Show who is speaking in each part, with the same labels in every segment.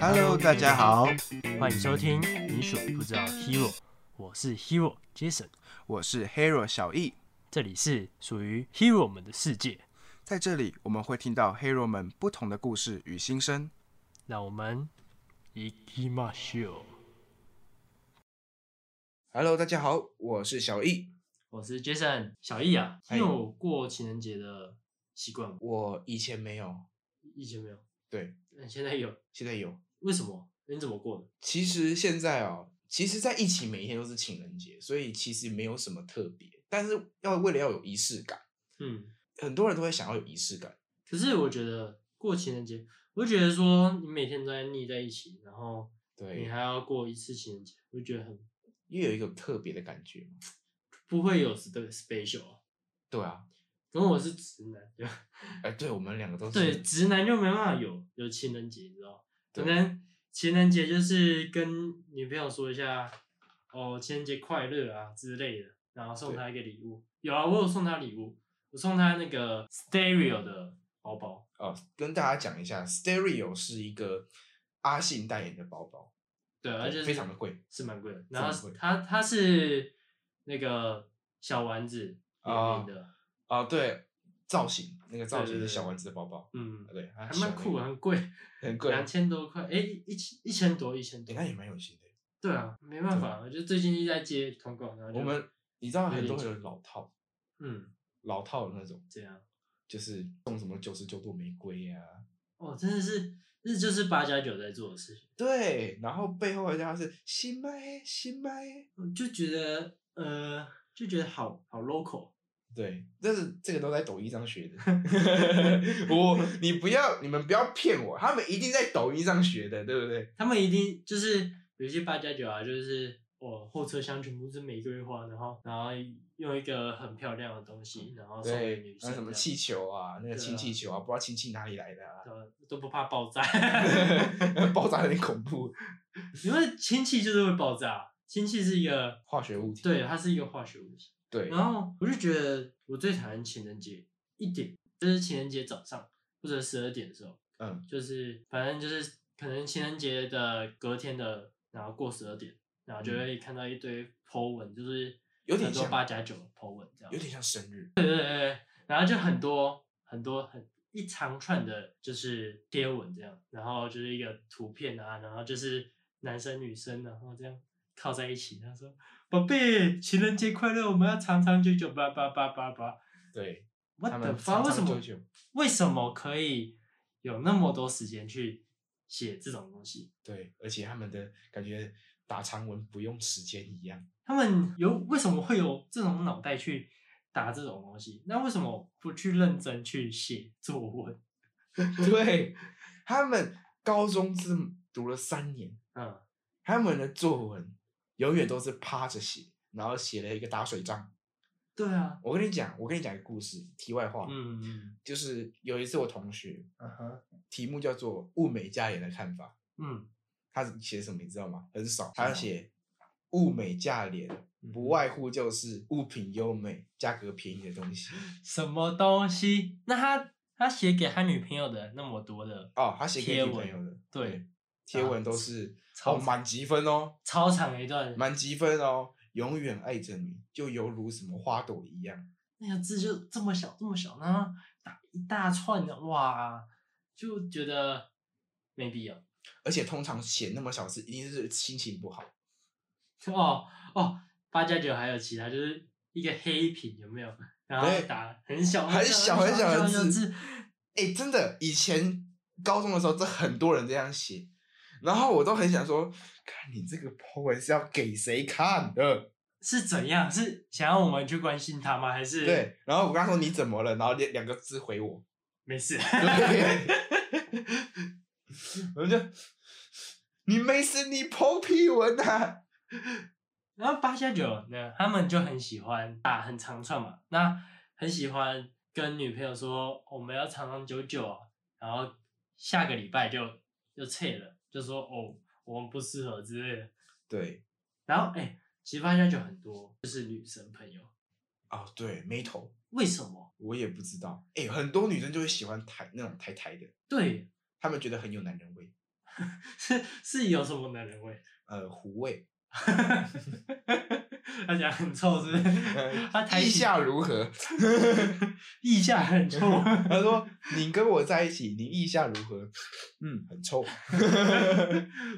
Speaker 1: Hello，大家好，
Speaker 2: 欢迎收听你所不知道 Hero，我是 Hero Jason，
Speaker 1: 我是 Hero 小易，
Speaker 2: 这里是属于 Hero 们的世界，
Speaker 1: 在这里我们会听到 Hero 们不同的故事与心声。
Speaker 2: 让我们一起马秀。
Speaker 1: Hello，大家好，我是小易。
Speaker 2: 我是 Jason 小易啊，
Speaker 1: 嗨
Speaker 2: 你有过情人节的习惯吗？
Speaker 1: 我以前没有，
Speaker 2: 以前没有，
Speaker 1: 对，
Speaker 2: 那现在有，
Speaker 1: 现在有。
Speaker 2: 为什么？你怎么过的？
Speaker 1: 其实现在哦，其实，在一起每一天都是情人节，所以其实没有什么特别。但是要为了要有仪式感，
Speaker 2: 嗯，
Speaker 1: 很多人都会想要有仪式感。
Speaker 2: 可是我觉得过情人节，我就觉得说你每天都在腻在一起，然后你
Speaker 1: 对，
Speaker 2: 还要过一次情人节，我就觉得很
Speaker 1: 因为有一个特别的感觉嘛。
Speaker 2: 不会有 spe- special 啊。
Speaker 1: 对啊，
Speaker 2: 可我是直男，对吧？
Speaker 1: 哎，对我们两个都
Speaker 2: 对，
Speaker 1: 是
Speaker 2: 直男就没办法有有情人节，你知道吗？可
Speaker 1: 对
Speaker 2: 能情人节就是跟女朋友说一下，哦，情人节快乐啊之类的，然后送
Speaker 1: 对
Speaker 2: 她一个礼物。有啊，我有送她礼物，我送她那个 Stereo 的包包，
Speaker 1: 哦，跟大家讲一下，Stereo 是一个阿信代言的包包，
Speaker 2: 对，而
Speaker 1: 对
Speaker 2: 且、就是、
Speaker 1: 非常的贵，
Speaker 2: 是蛮贵的。然后
Speaker 1: 非常
Speaker 2: 是
Speaker 1: 贵
Speaker 2: 它它是那个小丸子联
Speaker 1: 啊
Speaker 2: 名的，
Speaker 1: 啊，对，造型那个造
Speaker 2: 嗯对
Speaker 1: 型
Speaker 2: 对
Speaker 1: 是
Speaker 2: 对
Speaker 1: 小丸子的包包，
Speaker 2: 嗯
Speaker 1: 啊，对，还
Speaker 2: 还蛮酷，很贵，
Speaker 1: 很贵，
Speaker 2: 两
Speaker 1: 哎，
Speaker 2: 千多块，哎、一千一千多，一千多。
Speaker 1: 那也蛮有心的。
Speaker 2: 对啊，没办法，就最近一直在接通告，然后就
Speaker 1: 我们你知道
Speaker 2: 有
Speaker 1: 很
Speaker 2: 点
Speaker 1: 多
Speaker 2: 久
Speaker 1: 有老套，
Speaker 2: 嗯
Speaker 1: 老套的那种，
Speaker 2: 这样，
Speaker 1: 就是送什么九十九朵玫瑰啊呀、
Speaker 2: 哦，真的是这就是八加九在做的事情，
Speaker 1: 对，然后背后人家是新麦新麦，
Speaker 2: 我嗯就觉得呃，就觉得好好 local，
Speaker 1: 对，但是这个都在抖音上学的。 我你不要你们不要骗我，他们一定在抖音上学的，对不对？
Speaker 2: 他们一定就是有一些八加九啊，就是哦后车厢全部是玫瑰花，然后然后用一个很漂亮的东西，然哦后送给
Speaker 1: 对
Speaker 2: 女，
Speaker 1: 那
Speaker 2: 生，
Speaker 1: 什么气，球啊，那个
Speaker 2: 对
Speaker 1: 氢
Speaker 2: 啊
Speaker 1: 气球啊，不知道氢气哪里来的 啊，
Speaker 2: 呃，都不怕爆炸，
Speaker 1: 爆炸有点恐怖，
Speaker 2: 因为氢气就是会爆炸，氢气是一个
Speaker 1: 化学物体。
Speaker 2: 对，嗯它是一个化学物体。
Speaker 1: 对，
Speaker 2: 然后我就觉得我最讨厌情人节一点，就是情人节早上或者十二点的时候，
Speaker 1: 嗯，
Speaker 2: 就是反正就是可能情人节的隔天的，然后过十二点，然后就会看到一堆 po 文，就是
Speaker 1: 嗯有点
Speaker 2: 很多
Speaker 1: 像
Speaker 2: 八加九的 po 文这样
Speaker 1: 有，点像生日。
Speaker 2: 然后就很多很多很一长串的，就是贴文这样，然后就是一个图片啊，然后就是男生女生，啊然后这样靠在一起，他说：“宝贝，情人节快乐，我们要长长久久，叭叭叭叭叭。”
Speaker 1: 对，
Speaker 2: 我
Speaker 1: 他
Speaker 2: 的
Speaker 1: 们
Speaker 2: 发
Speaker 1: 长
Speaker 2: 为什
Speaker 1: 长
Speaker 2: 么
Speaker 1: 久久。
Speaker 2: 为什么可以有那么多时间去写这种东西？
Speaker 1: 对，而且他们的感觉打长文不用时间一 样。
Speaker 2: 他们有为什么会有这种脑袋去打这种东西？那为什么不去认真去写作文？
Speaker 1: 对，他们高中是读了三年，
Speaker 2: 嗯，
Speaker 1: 他们的作文永远都是趴着写，然后写了一个打水仗。
Speaker 2: 对啊，
Speaker 1: 我跟你讲，我跟你讲一个故事，题外话，
Speaker 2: 嗯嗯
Speaker 1: 就是有一次我同学，
Speaker 2: 嗯哼，
Speaker 1: 题目叫做《物美价廉的看法》，
Speaker 2: 嗯，
Speaker 1: 他写什么你知道吗？很少，
Speaker 2: 什
Speaker 1: 他
Speaker 2: 么
Speaker 1: 写物美价廉。
Speaker 2: 嗯
Speaker 1: 不外乎就是物品优美、价格便宜的东西。
Speaker 2: 什么东西？那他他写给他女朋友的那么多的，
Speaker 1: 哦，他写给
Speaker 2: 贴
Speaker 1: 女朋
Speaker 2: 文
Speaker 1: 友的，
Speaker 2: 对，
Speaker 1: 贴
Speaker 2: 啊
Speaker 1: 文都是
Speaker 2: 超
Speaker 1: 哦满积分哦，
Speaker 2: 超长一段，
Speaker 1: 满积分哦，永远爱着你，就犹如什么花朵一样。
Speaker 2: 那个字就这么小这么小，然后打一大串的，哇，就觉得哦没必要。
Speaker 1: 而且通常写那么小字，一定是心情不好。
Speaker 2: 哦哦，八加九还有其他，就是一个黑屏有没有？然后
Speaker 1: 对
Speaker 2: 打哦很小
Speaker 1: 很小
Speaker 2: 小
Speaker 1: 很小
Speaker 2: 小
Speaker 1: 的
Speaker 2: 小
Speaker 1: 字
Speaker 2: 字，
Speaker 1: 哎、真的，以前高中的时候，这很多人这样写，然后我都很想说，看你这个 po 文是要给谁看的？
Speaker 2: 是怎样？是想要我们去关心他吗？还是嗯
Speaker 1: 对，然后我刚说你怎么了，然后两两个字回我，
Speaker 2: 没事？
Speaker 1: 对， 我就你没事，你 po 屁文啊。
Speaker 2: 然后八加九呢，他们就很喜欢打很长串嘛，那很喜欢跟女朋友说哦我们要长长久久啊，然后下个礼拜就就撤了，就说哦我们不适合之类的。
Speaker 1: 对，
Speaker 2: 然后哎、其实八加九很多就是女生朋友，
Speaker 1: 哦，对，眉头
Speaker 2: 为什么？
Speaker 1: 我也不知道。哎、很多女生就会喜欢抬那种抬抬的，
Speaker 2: 对，
Speaker 1: 她们觉得很有男人味。
Speaker 2: 是是有什么男人味？
Speaker 1: 呃，虎味，
Speaker 2: 他讲很臭是 不是？他抬
Speaker 1: 意
Speaker 2: 起
Speaker 1: 下如 何？
Speaker 2: 腋下很臭，
Speaker 1: 他说：“你跟我在一起，你意下如何？”嗯，很臭。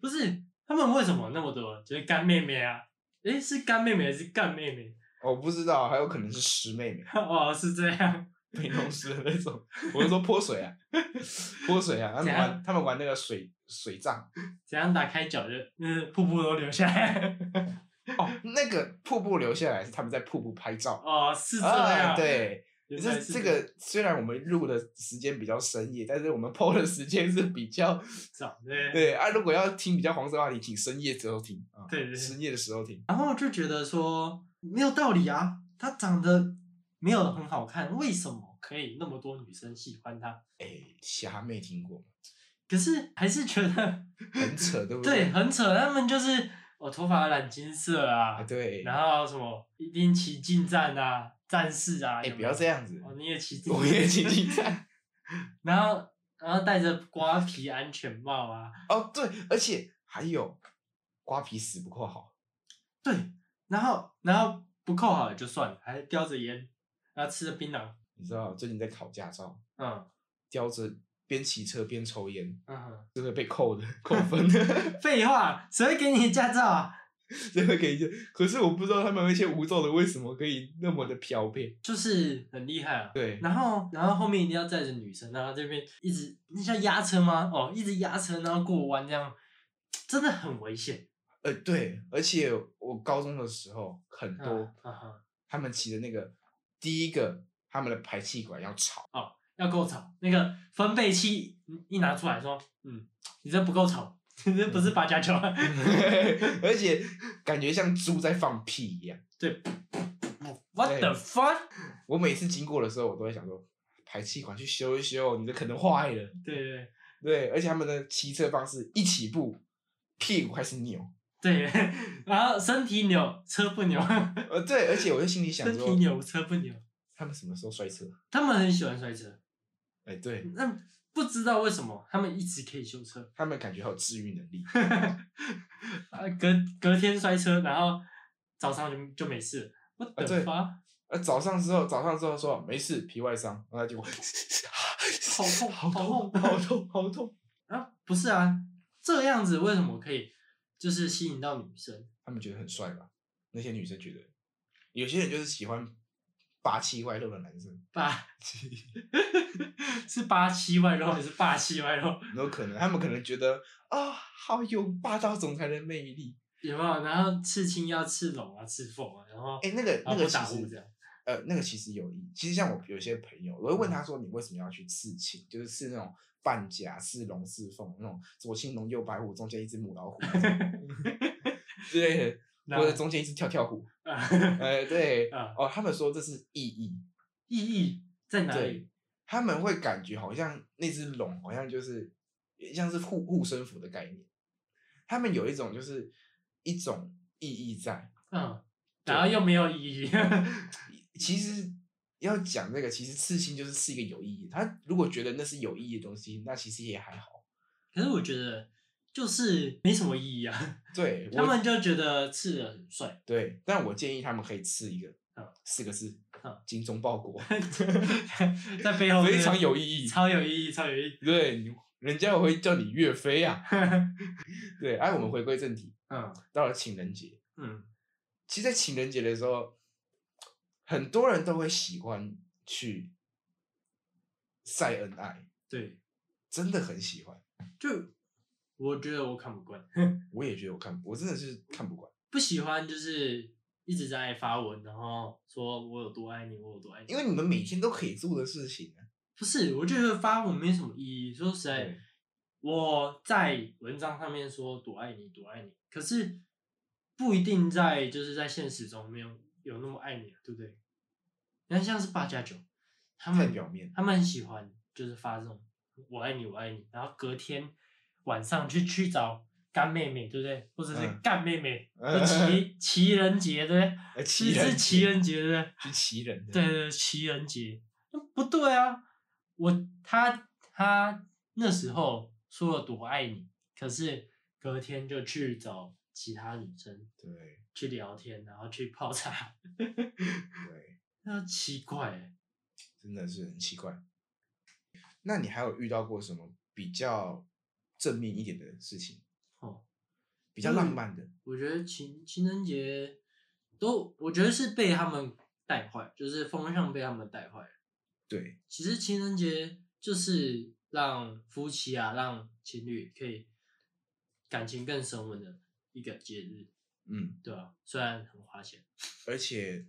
Speaker 2: 不是他们为什么那么多？就是干妹妹啊，诶，是干妹妹还是干妹 妹？
Speaker 1: 哦我不知道，还有可能是师妹妹
Speaker 2: 哦，是这样，
Speaker 1: 被弄湿的那种。我是说泼水啊，泼水啊，他
Speaker 2: 怎
Speaker 1: 们
Speaker 2: 样
Speaker 1: 玩他们玩那个水水仗
Speaker 2: 怎样打开脚就嗯瀑布都流下来，
Speaker 1: 哦，那个瀑布流下来是他们在瀑布拍照。
Speaker 2: 哦，是这样，
Speaker 1: 啊，对，
Speaker 2: 原来
Speaker 1: 这
Speaker 2: 是
Speaker 1: 这个虽然我们录的时间比较深夜，但是我们 PO 的时间是比较
Speaker 2: 长对
Speaker 1: 对啊。如果要听比较黄色的话题，请深夜之后听啊，
Speaker 2: 对对对
Speaker 1: 深夜的时候听。
Speaker 2: 然后就觉得说没有道理啊，他长得没有很好看，为什么可以那么多女生喜欢他？
Speaker 1: 哎，虾妹听过吗？
Speaker 2: 可是还是觉得
Speaker 1: 很扯，对不
Speaker 2: 对
Speaker 1: 对？
Speaker 2: 很扯，他们就是我、哦头发染金色啊，
Speaker 1: 啊，对。
Speaker 2: 然后什么一定骑近战啊，战士啊，
Speaker 1: 哎，
Speaker 2: 有没
Speaker 1: 不
Speaker 2: 有
Speaker 1: 要这样子，
Speaker 2: 哦，你也骑近，
Speaker 1: 我也请你看。
Speaker 2: 然后然后戴着瓜皮安全帽啊，
Speaker 1: 哦，对，而且还有瓜皮死不够好，
Speaker 2: 对，然后然后不扣好也就算了，还叼着烟，然后吃着槟榔，
Speaker 1: 你知道最近在考驾照，
Speaker 2: 嗯
Speaker 1: 叼着边骑车边抽烟
Speaker 2: 嗯哼，
Speaker 1: 是会被扣的，扣 分的，
Speaker 2: 废话，谁会给你驾照啊？
Speaker 1: 这会给你。可是我不知道他们那些无照的为什么可以那么的飘撇。
Speaker 2: 就是很厉害啊。
Speaker 1: 对，
Speaker 2: 然后，然后后面一定要载着女生，然后这边一直那叫压车吗？哦，一直压车，然后过弯这样，真的很危险。
Speaker 1: 呃，对，而且我高中的时候很多、
Speaker 2: 嗯嗯哼
Speaker 1: 他们骑的那个第一个，他们的排气管要 吵，
Speaker 2: 要够吵。那个分贝器一拿出来说，嗯，你这不够吵， 你这不是八加九啊，
Speaker 1: 嗯而且感觉像猪在放屁一样。
Speaker 2: 对。What the fuck？
Speaker 1: 我每次经过的时候，我都会想说，排气管去修一修，你的可能坏了。
Speaker 2: 对对
Speaker 1: 对，而且他们的骑车方式，一起步屁股开始扭。
Speaker 2: 对， 然后身体扭，车不扭，
Speaker 1: 呃，对，而且我就心里想
Speaker 2: 身
Speaker 1: 说
Speaker 2: 体，扭，车不扭。
Speaker 1: 他们什么时候摔车？
Speaker 2: 他们很喜欢摔车，
Speaker 1: 哎，对
Speaker 2: 那不知道为什么他们一直可以修车。
Speaker 1: 他们感觉很有治愈能力。
Speaker 2: 啊，隔隔天摔车，然后早上就就没事了。我
Speaker 1: 啊
Speaker 2: 的
Speaker 1: 对
Speaker 2: 妈，
Speaker 1: 呃，早上之后，早上之后说没事，皮外伤，然 后结果
Speaker 2: 好 痛
Speaker 1: 好
Speaker 2: 好
Speaker 1: 痛，
Speaker 2: 痛
Speaker 1: 好痛，好痛。
Speaker 2: 啊，不是啊，这样子为什么可以就是吸引到女生？
Speaker 1: 他们觉得很帅吧？那些女生觉得，有些人就是喜欢霸气外露的男生，
Speaker 2: 霸是霸气外露还是霸气外露？
Speaker 1: 有可能他们可能觉得啊、好有霸道总裁的魅力。
Speaker 2: 有没有？然后刺青要刺龙啊，刺凤啊，然后
Speaker 1: 哎、那个
Speaker 2: 然
Speaker 1: 那
Speaker 2: 后
Speaker 1: 个
Speaker 2: 不
Speaker 1: 其
Speaker 2: 打雾这
Speaker 1: 实
Speaker 2: 样。
Speaker 1: 呃，那个其实有意。其实像我有些朋友，我会问他
Speaker 2: 嗯
Speaker 1: 说：“你为什么要去刺青？就是刺那种半甲、刺龙、刺凤那种左青龙右白虎，中间一只母老虎 之类的，
Speaker 2: 那
Speaker 1: 或者中间一只跳跳虎。”
Speaker 2: 啊
Speaker 1: 呃，对，
Speaker 2: 啊，
Speaker 1: 哦，他们说这是意义，
Speaker 2: 意义在哪
Speaker 1: 对
Speaker 2: 里？，
Speaker 1: 他们会感觉好像那只龙好像就是像是护护身符的概念，他们有一种就是一种意义在。
Speaker 2: 嗯，然后又没有意义。
Speaker 1: 其实要讲这个，其实刺青就是是一个有意义的。他如果觉得那是有意义的东西，那其实也还好。
Speaker 2: 可是我觉得就是没什么意义啊。
Speaker 1: 对，
Speaker 2: 他
Speaker 1: 我
Speaker 2: 们就觉得刺的很帅，
Speaker 1: 对，但我建议他们可以刺一个
Speaker 2: 嗯
Speaker 1: 四个字
Speaker 2: 嗯
Speaker 1: “精忠报国
Speaker 2: 在背后”，
Speaker 1: 非
Speaker 2: 是
Speaker 1: 常有意义。
Speaker 2: 超有意义，超有意义。
Speaker 1: 对，你人家会叫你岳飞 啊。对，哎、我们回归正题，
Speaker 2: 嗯
Speaker 1: 到了情人节，
Speaker 2: 嗯，
Speaker 1: 其实，在情人节的时候，很多人都会喜欢去晒恩爱，
Speaker 2: 对，
Speaker 1: 真的很喜欢。
Speaker 2: 就我觉得我看不惯，
Speaker 1: 我也觉得我看，我真的是看不惯，
Speaker 2: 不喜欢就是一直在发文，然后说我有多爱你，我有多爱你。
Speaker 1: 因为你们每天都可以做的事情、啊。
Speaker 2: 不是，我觉得发文没什么意义。说实在
Speaker 1: 对，
Speaker 2: 我在文章上面说多爱你，多爱你，可是不一定在就是在现实中没有有那么爱你、啊，对不对？你看像是八加九，他
Speaker 1: 太
Speaker 2: 们
Speaker 1: 表面
Speaker 2: 他们很喜欢就是发这种“我爱你，我爱你”，然后隔天晚上去去找干妹妹，对不对？或者是
Speaker 1: 嗯
Speaker 2: 干 妹妹，
Speaker 1: 嗯
Speaker 2: 就情情人节，对不对？
Speaker 1: 呃，
Speaker 2: 是
Speaker 1: 奇
Speaker 2: 是
Speaker 1: 人
Speaker 2: 情人节，对不 对？
Speaker 1: 是奇人的，
Speaker 2: 对对，情人节，那不对啊！我他他那时候说了多爱你，可是隔天就去找其他女生
Speaker 1: 对
Speaker 2: 去聊天，然后去泡茶，
Speaker 1: 对，
Speaker 2: 那奇怪欸、
Speaker 1: 真的是很奇怪。那你还有遇到过什么比较正面一点的事情，
Speaker 2: 哦。嗯
Speaker 1: 比较浪漫的？
Speaker 2: 我觉得情情人节都，我觉得是被他们带坏，就是风向被他们带坏了。
Speaker 1: 对
Speaker 2: 其实情人节就是让夫妻啊，让情侣可以感情更升温的一个节日，
Speaker 1: 嗯，
Speaker 2: 对吧、啊虽然很花钱，
Speaker 1: 而且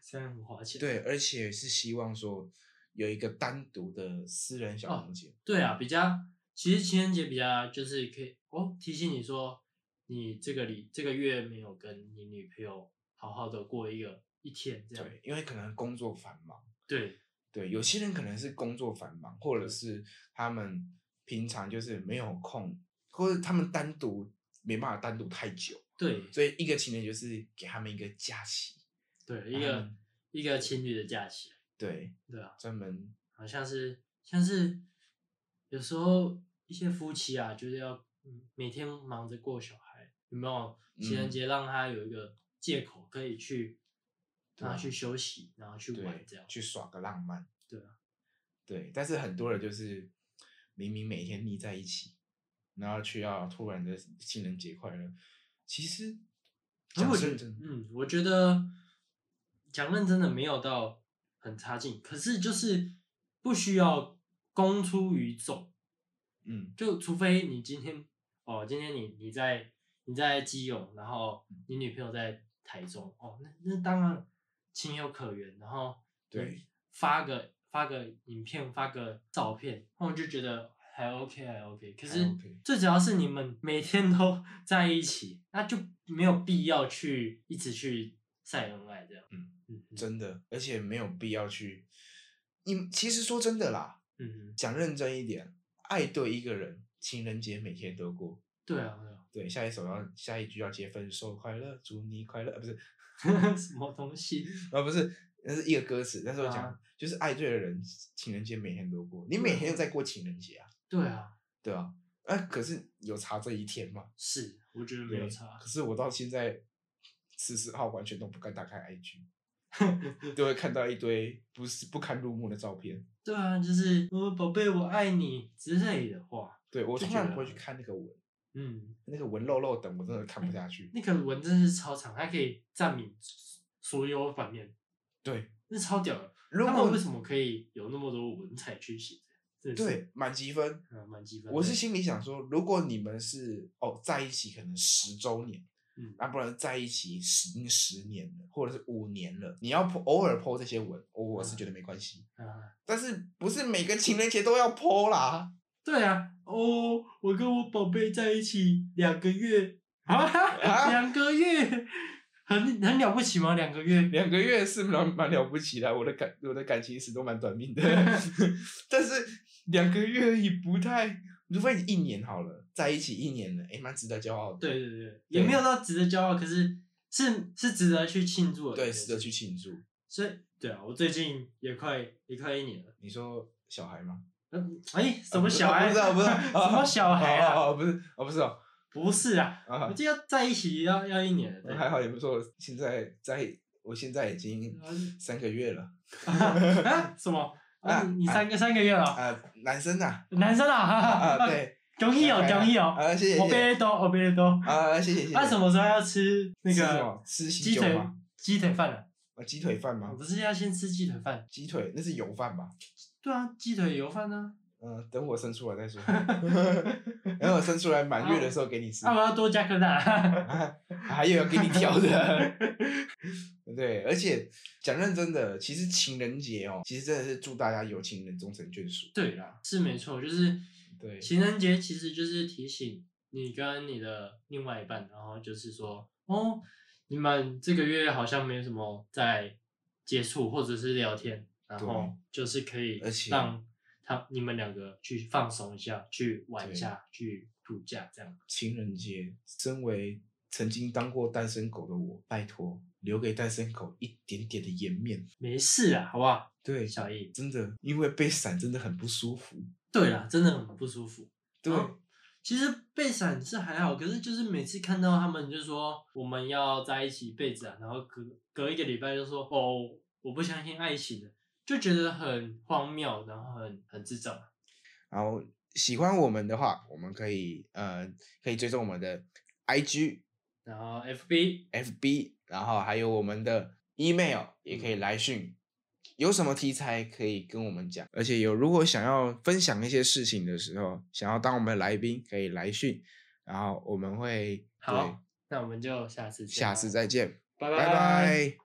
Speaker 2: 虽然很花钱，
Speaker 1: 对，而且是希望说有一个单独的私人小
Speaker 2: 哦
Speaker 1: 空间。
Speaker 2: 对啊，比较其实情人节比较就是可以哦提醒你说，你这个礼这个月没有跟你女朋友好好的过一个一天这样，
Speaker 1: 对，因为可能工作繁忙。
Speaker 2: 对
Speaker 1: 对，有些人可能是工作繁忙，或者是他们平常就是没有空，或者他们单独没办法单独太久，
Speaker 2: 对
Speaker 1: 所以一个情人就是给他们一个假期，
Speaker 2: 对，一个
Speaker 1: 嗯
Speaker 2: 一个情侣的假期，
Speaker 1: 对，
Speaker 2: 对啊，
Speaker 1: 专门
Speaker 2: 好像是像是有时候一些夫妻啊，就是要嗯每天忙着过小孩，有没有情人
Speaker 1: 嗯
Speaker 2: 节让他有一个借口可以去，
Speaker 1: 对
Speaker 2: 让他
Speaker 1: 啊
Speaker 2: 去休息，然后去玩
Speaker 1: 对
Speaker 2: 这样，
Speaker 1: 去耍个浪漫，
Speaker 2: 对啊，
Speaker 1: 对，但是很多人就是明明每天腻在一起，然后却要突然的情人节快乐，其实
Speaker 2: 可
Speaker 1: 讲
Speaker 2: 我觉
Speaker 1: 认
Speaker 2: 得
Speaker 1: 真，，
Speaker 2: 嗯，我觉得讲认真的没有到很差劲，可是就是不需要公诸于众，
Speaker 1: 嗯，
Speaker 2: 就除非你今天哦，今天你你在你在基隆，然后
Speaker 1: 嗯
Speaker 2: 你女朋友在台中，哦，那那当然情有可原，然后
Speaker 1: 对，
Speaker 2: 发个发个影片，发个照片，那我就觉得还 OK 还 OK。可是
Speaker 1: 还 OK
Speaker 2: 最主要是你们每天都在一起，那就没有必要去一直去晒恩爱这样。
Speaker 1: 嗯
Speaker 2: 嗯嗯
Speaker 1: 真的，而且没有必要去，你其实说真的啦。
Speaker 2: 嗯，
Speaker 1: 讲认真一点，爱对一个人，情人节每天都过。
Speaker 2: 对啊对啊。
Speaker 1: 对，下一首要下一句要接分手快乐，祝你快乐，呃、不是，
Speaker 2: 啊 什么东西？
Speaker 1: 呃、不是，那是一个歌词，那时候讲、
Speaker 2: 啊
Speaker 1: 就是爱对的人，情人节每天都过，你
Speaker 2: 对
Speaker 1: 每
Speaker 2: 啊
Speaker 1: 天都在过情人节啊，
Speaker 2: 对啊，
Speaker 1: 对啊，啊，可是有差这一天吗？
Speaker 2: 是，我觉得没有
Speaker 1: 对
Speaker 2: 差
Speaker 1: 可。是我到现在此时号完全都不敢打开 IG，都 会看到一堆不是不堪入目的照片。
Speaker 2: 对啊，就是呃，宝贝，我爱你之类的话。
Speaker 1: 对我
Speaker 2: 就
Speaker 1: 从
Speaker 2: 觉
Speaker 1: 来
Speaker 2: 得
Speaker 1: 不会去看那个文，
Speaker 2: 嗯，
Speaker 1: 那个文漏漏等我真的看不下去。
Speaker 2: 那个文真是超长，它可以占领所有版面，
Speaker 1: 对，
Speaker 2: 那超屌的。
Speaker 1: 如
Speaker 2: 他们
Speaker 1: 果
Speaker 2: 为什么可以有那么多文采去写？真的是，
Speaker 1: 对满积分，
Speaker 2: 嗯，蛮积分的。
Speaker 1: 我是心里想说，如果你们是哦在一起可能十周年，啊
Speaker 2: 嗯，
Speaker 1: 那不然在一起十已经十年了，或者是五年了，你要 po, 偶尔 po 这些文，我我是觉得没关系，
Speaker 2: 啊，
Speaker 1: 但是不是每个情人节都要 po 啦？
Speaker 2: 对啊，哦，我跟我宝贝在一起两 个月啊，两个月，很很了不起吗？两个月，
Speaker 1: 两个月是蛮蛮了不起的，我的感我的感情史都蛮短命的， 但是 两个月也不太，除非你一年好了，在一起一年了，哎，蛮值得骄傲的，
Speaker 2: 对对对，也没有到值得骄傲，可是是是值得去庆祝的，
Speaker 1: 对，值得去。庆祝。
Speaker 2: 所以，对啊，我最近也快也快一年了。
Speaker 1: 你说小孩吗？
Speaker 2: 嗯，哎，什么小
Speaker 1: 啊
Speaker 2: 孩？
Speaker 1: 不是啊，不是啊，
Speaker 2: 什么小孩
Speaker 1: 哦，哦
Speaker 2: 啊？
Speaker 1: 哦不是，哦，不是哦，
Speaker 2: 不是啊，我
Speaker 1: 啊，
Speaker 2: 记得在一起要要一年了，对
Speaker 1: 还好也不错。现在在，我现在已经
Speaker 2: 啊是
Speaker 1: 三个月了
Speaker 2: 啊？什么？啊，
Speaker 1: 啊
Speaker 2: 你三个三个月了，
Speaker 1: 啊，男生 呐，
Speaker 2: 男生啊，哈 哈
Speaker 1: 啊，，对，
Speaker 2: 容易哦，容易哦，
Speaker 1: 啊，谢谢，
Speaker 2: 我
Speaker 1: 谢谢
Speaker 2: 贝多，我贝多。
Speaker 1: 啊，谢谢，谢谢。
Speaker 2: 他什么时候要吃那
Speaker 1: 吃什
Speaker 2: 个
Speaker 1: 么吃喜
Speaker 2: 鸡
Speaker 1: 酒
Speaker 2: 腿
Speaker 1: 吗？
Speaker 2: 鸡腿饭啊？
Speaker 1: 啊，鸡腿饭吗
Speaker 2: 我？不是要先吃鸡腿饭？
Speaker 1: 鸡腿那是油饭吧？
Speaker 2: 对啊，鸡腿油饭呢？
Speaker 1: 嗯，等我生出来再 说。 等我生出来满月的时候给你吃
Speaker 2: 啊，，我要多加颗蛋。
Speaker 1: 啊还有要给你挑的。对，而且讲认真的，其实情人节哦，其实真的是祝大家有情人终成眷属。
Speaker 2: 对啦，是没错，就是
Speaker 1: 对
Speaker 2: 情人节其实就是提醒你跟你的另外一半，然后就是说，哦，你们这个月好像没什么在接触或者是聊天，然后就是可以
Speaker 1: 而且
Speaker 2: 让他你们两个去放松一下，去玩一
Speaker 1: 对
Speaker 2: 下，去度假这样。
Speaker 1: 情人节，身为曾经当过单身狗的我，拜托留给单身狗一点点的颜面。
Speaker 2: 没事啊，好不好？
Speaker 1: 对，
Speaker 2: 小易，
Speaker 1: 真的，因为被闪真的很不舒服。
Speaker 2: 对啦，真的很不舒服。
Speaker 1: 对，
Speaker 2: 啊其实被闪是还好，可是就是每次看到他们就说我们要在一起被啊闪，然后隔隔一个礼拜就说哦我不相信爱情了，就觉得很荒谬，然后很很智障。
Speaker 1: 然后喜欢我们的话，我们可以呃可以追踪我们的 IG、
Speaker 2: 然后 FB
Speaker 1: FB，然后还有我们的 email 也可以来讯。有什么题材可以跟我们讲？而且有如果想要分享一些事情的时候，想要当我们的来宾，可以来讯，然后我们会对
Speaker 2: 好，那我们就下次见
Speaker 1: 下
Speaker 2: 啦
Speaker 1: 次再见，
Speaker 2: 拜
Speaker 1: 拜拜